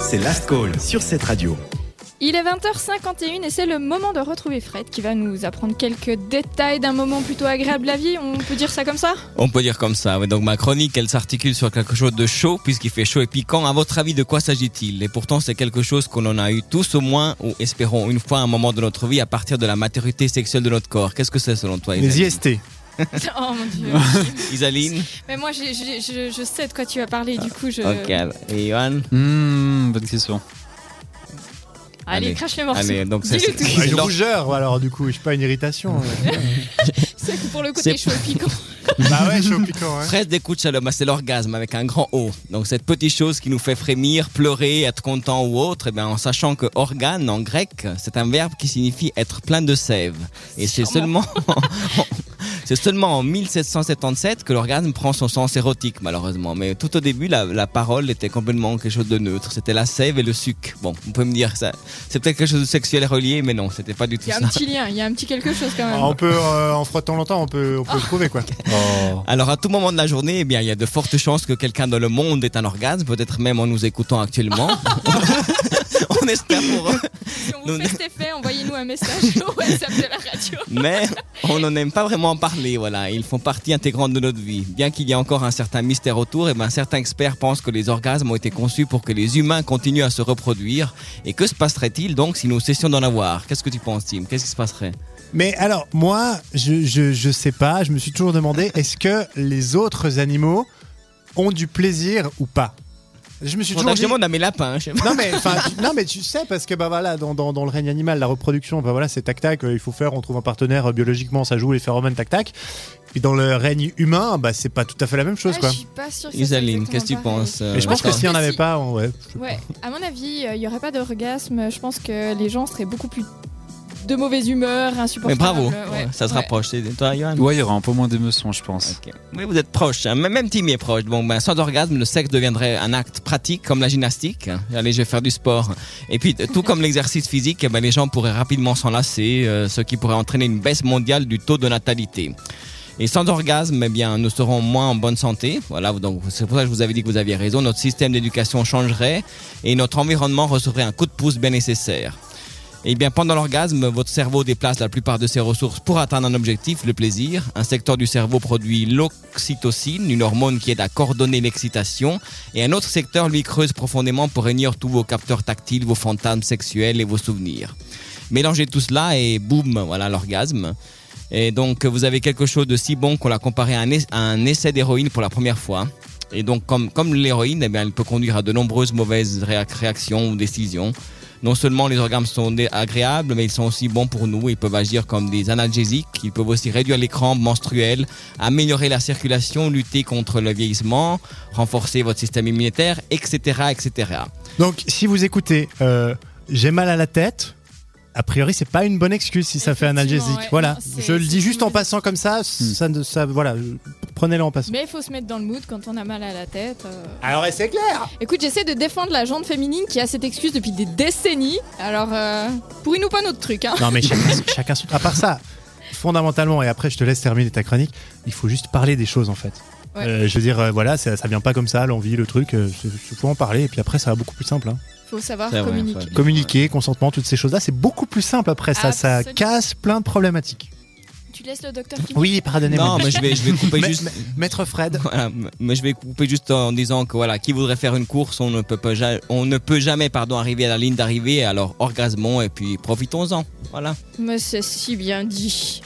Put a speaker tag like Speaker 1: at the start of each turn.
Speaker 1: c'est Last Call sur cette radio.
Speaker 2: Il est 20h51 et c'est le moment de retrouver Fred qui va nous apprendre quelques détails d'un moment plutôt agréable de la vie. On peut dire ça comme ça
Speaker 3: On peut dire comme ça. ouais. Donc ma chronique, elle s'articule sur quelque chose de chaud puisqu'il fait chaud et piquant. À votre avis, de quoi s'agit-il Et pourtant, c'est quelque chose qu'on en a eu tous au moins ou espérons une fois à un moment de notre vie à partir de la maturité sexuelle de notre corps. Qu'est-ce que c'est selon toi,
Speaker 4: Les
Speaker 3: Isaline
Speaker 4: IST.
Speaker 2: Oh mon dieu.
Speaker 3: Isaline
Speaker 2: Mais moi, j'ai- j'ai- je, je sais de quoi tu vas parler, du coup, je.
Speaker 3: Ah, Ok. Et Johan
Speaker 5: Hmm, bonne question.
Speaker 2: Allez,
Speaker 3: Allez.
Speaker 2: crache les morceaux.
Speaker 3: Allez, donc
Speaker 2: Dis-le
Speaker 3: c'est-
Speaker 2: tout.
Speaker 3: c'est-
Speaker 4: Une
Speaker 3: Non.
Speaker 4: rougeur, alors du coup, je sais pas, une irritation.
Speaker 2: C'est que pour le côté chaud et piquant.
Speaker 4: bah ouais, je suis au piquant. Hein.
Speaker 3: Stress des coups de chaleur, bah, c'est l'orgasme avec un grand O. Donc cette petite chose qui nous fait frémir, pleurer, être content ou autre, eh bien, en sachant que organe en grec, c'est un verbe qui signifie être plein de sève. Et c'est seulement... C'est seulement en 1777 que l'orgasme prend son sens érotique, malheureusement. Mais tout au début, la, la parole était complètement quelque chose de neutre. C'était la sève et le suc. Bon, on peut me dire ça. C'est peut-être quelque chose de sexuel et relié, mais non, c'était pas du
Speaker 2: Il
Speaker 3: tout
Speaker 2: y a
Speaker 3: ça.
Speaker 2: un petit lien, il y a un petit quelque chose quand même.
Speaker 3: Oh.
Speaker 4: On peut, euh, en frottant longtemps, on peut, on peut le trouver quoi.
Speaker 3: Alors à tout moment de la journée, eh bien, il y a de fortes chances que quelqu'un dans le monde ait un orgasme, peut-être même en nous écoutant actuellement. On espère pour eux.
Speaker 2: Si on vous
Speaker 3: Non,
Speaker 2: fait cet effet, envoyez-nous un message au WhatsApp de la radio.
Speaker 3: Mais on n'en aime pas vraiment en parler, voilà. Ils font partie intégrante de notre vie. Bien qu'il y ait encore un certain mystère autour, et ben, certains experts pensent que les orgasmes ont été conçus pour que les humains continuent à se reproduire. Et que se passerait-il donc si nous cessions d'en avoir Qu'est-ce que tu penses, Tim Qu'est-ce qui se passerait
Speaker 4: Mais alors, moi, je, je, je sais pas, je me suis toujours demandé est-ce que les autres animaux ont du plaisir ou pas Je me suis
Speaker 3: On a
Speaker 4: toujours dit.
Speaker 3: demande à mes lapins. hein, je sais pas.
Speaker 4: Non mais, enfin, tu- non mais tu sais parce que bah voilà dans, dans, dans le règne animal la reproduction bah voilà c'est tac tac euh, il faut faire on trouve un partenaire euh, biologiquement ça joue les phéromones tac tac et dans le règne humain bah c'est pas tout à fait la même chose
Speaker 2: Ah,
Speaker 4: quoi
Speaker 2: Je suis pas sûre que ça soit
Speaker 3: Isaline,
Speaker 2: exactement
Speaker 3: qu'est-ce que tu
Speaker 2: pareil.
Speaker 3: penses euh,
Speaker 4: mais je pense
Speaker 2: Moi,
Speaker 4: que
Speaker 2: je
Speaker 4: s'il y en
Speaker 2: pense que
Speaker 4: avait
Speaker 2: si.
Speaker 4: pas on- ouais
Speaker 2: Ouais, à mon avis, euh, il y n'y aurait pas d'orgasme. Je pense que les gens seraient beaucoup plus de mauvaise humeur,
Speaker 3: Mais
Speaker 2: insupportables.
Speaker 3: bravo,
Speaker 2: Ouais,
Speaker 3: Ouais, ça se
Speaker 2: ouais.
Speaker 3: rapproche. C'est toi, Johan
Speaker 5: Ouais, il y aura un peu moins d'émotion, je pense.
Speaker 3: Ok. Oui, vous êtes proche. hein. Même même Tim est proche. Bon, ben, sans orgasme, le sexe deviendrait un acte pratique comme la gymnastique. hein. Allez, je vais faire du sport. Et puis, tout comme l'exercice physique, eh ben, les gens pourraient rapidement s'enlacer, euh, ce qui pourrait entraîner une baisse mondiale du taux de natalité. Et sans orgasme, eh bien, nous serons moins en bonne santé. Voilà, donc c'est pour ça que je vous avais dit que vous aviez raison. Notre système d'éducation changerait et notre environnement recevrait un coup de pouce bien nécessaire. Eh bien, pendant l'orgasme, votre cerveau déplace la plupart de ses ressources pour atteindre un objectif, le plaisir. Un secteur du cerveau produit l'oxytocine, une hormone qui aide à coordonner l'excitation. Et un autre secteur, lui, creuse profondément pour réunir tous vos capteurs tactiles, vos fantasmes sexuels et vos souvenirs. Mélangez tout cela et boum, voilà l'orgasme. Et donc, vous avez quelque chose de si bon qu'on l'a comparé à un, es- à un essai d'héroïne pour la première fois. Et donc, comme, comme l'héroïne, eh bien, elle peut conduire à de nombreuses mauvaises réac- réactions ou décisions. Non seulement les orgasmes sont dé- agréables, mais ils sont aussi bons pour nous. Ils peuvent agir comme des analgésiques. Ils peuvent aussi réduire les crampes menstruelles, améliorer la circulation, lutter contre le vieillissement, renforcer votre système immunitaire, etc., etc.
Speaker 4: donc si vous écoutez euh, j'ai mal à la tête a priori c'est pas une bonne excuse si ça fait analgésique
Speaker 2: Effectivement, ouais.
Speaker 4: voilà
Speaker 2: Non, c'est-
Speaker 4: je le
Speaker 2: c'est
Speaker 4: dis juste
Speaker 2: une
Speaker 4: en
Speaker 2: bonne-
Speaker 4: passant comme
Speaker 3: Hmm.
Speaker 4: ça ça ne ça voilà euh, prenez-le en passant
Speaker 2: Mais il faut se mettre dans le mood quand on a mal à la tête. euh.
Speaker 4: alors c'est clair
Speaker 2: Écoute, j'essaie de défendre la jante féminine qui a cette excuse depuis des décennies. Alors, euh, pourri nous pas notre truc, hein.
Speaker 4: Non, mais chacun, chacun son- À part ça, fondamentalement, et après je te laisse terminer ta chronique, il faut juste parler des choses en fait.
Speaker 2: Ouais.
Speaker 4: Euh, je veux dire, euh, voilà, ça, ça vient pas comme ça, l'envie, le truc. euh, c'est- Il faut en parler et puis après, ça va beaucoup plus simple. hein.
Speaker 2: Faut savoir
Speaker 3: C'est vrai,
Speaker 2: communiquer.
Speaker 3: faut-
Speaker 4: Communiquer, consentement, toutes ces choses-là, c'est beaucoup plus simple après ça. Ça
Speaker 2: Absolument.
Speaker 4: casse plein de problématiques.
Speaker 2: Tu laisses le docteur finir.
Speaker 4: Oui, pardonnez-moi.
Speaker 3: Non, mais je vais, je vais couper
Speaker 4: Ma-
Speaker 3: juste.
Speaker 4: ma- Maître Fred.
Speaker 3: Voilà, mais je vais couper juste en disant que voilà, qui voudrait faire une course, on ne peut, pas, ja- on ne peut jamais pardon, arriver à la ligne d'arrivée, alors orgasmons et puis profitons-en. Voilà.
Speaker 2: Mais c'est si bien dit.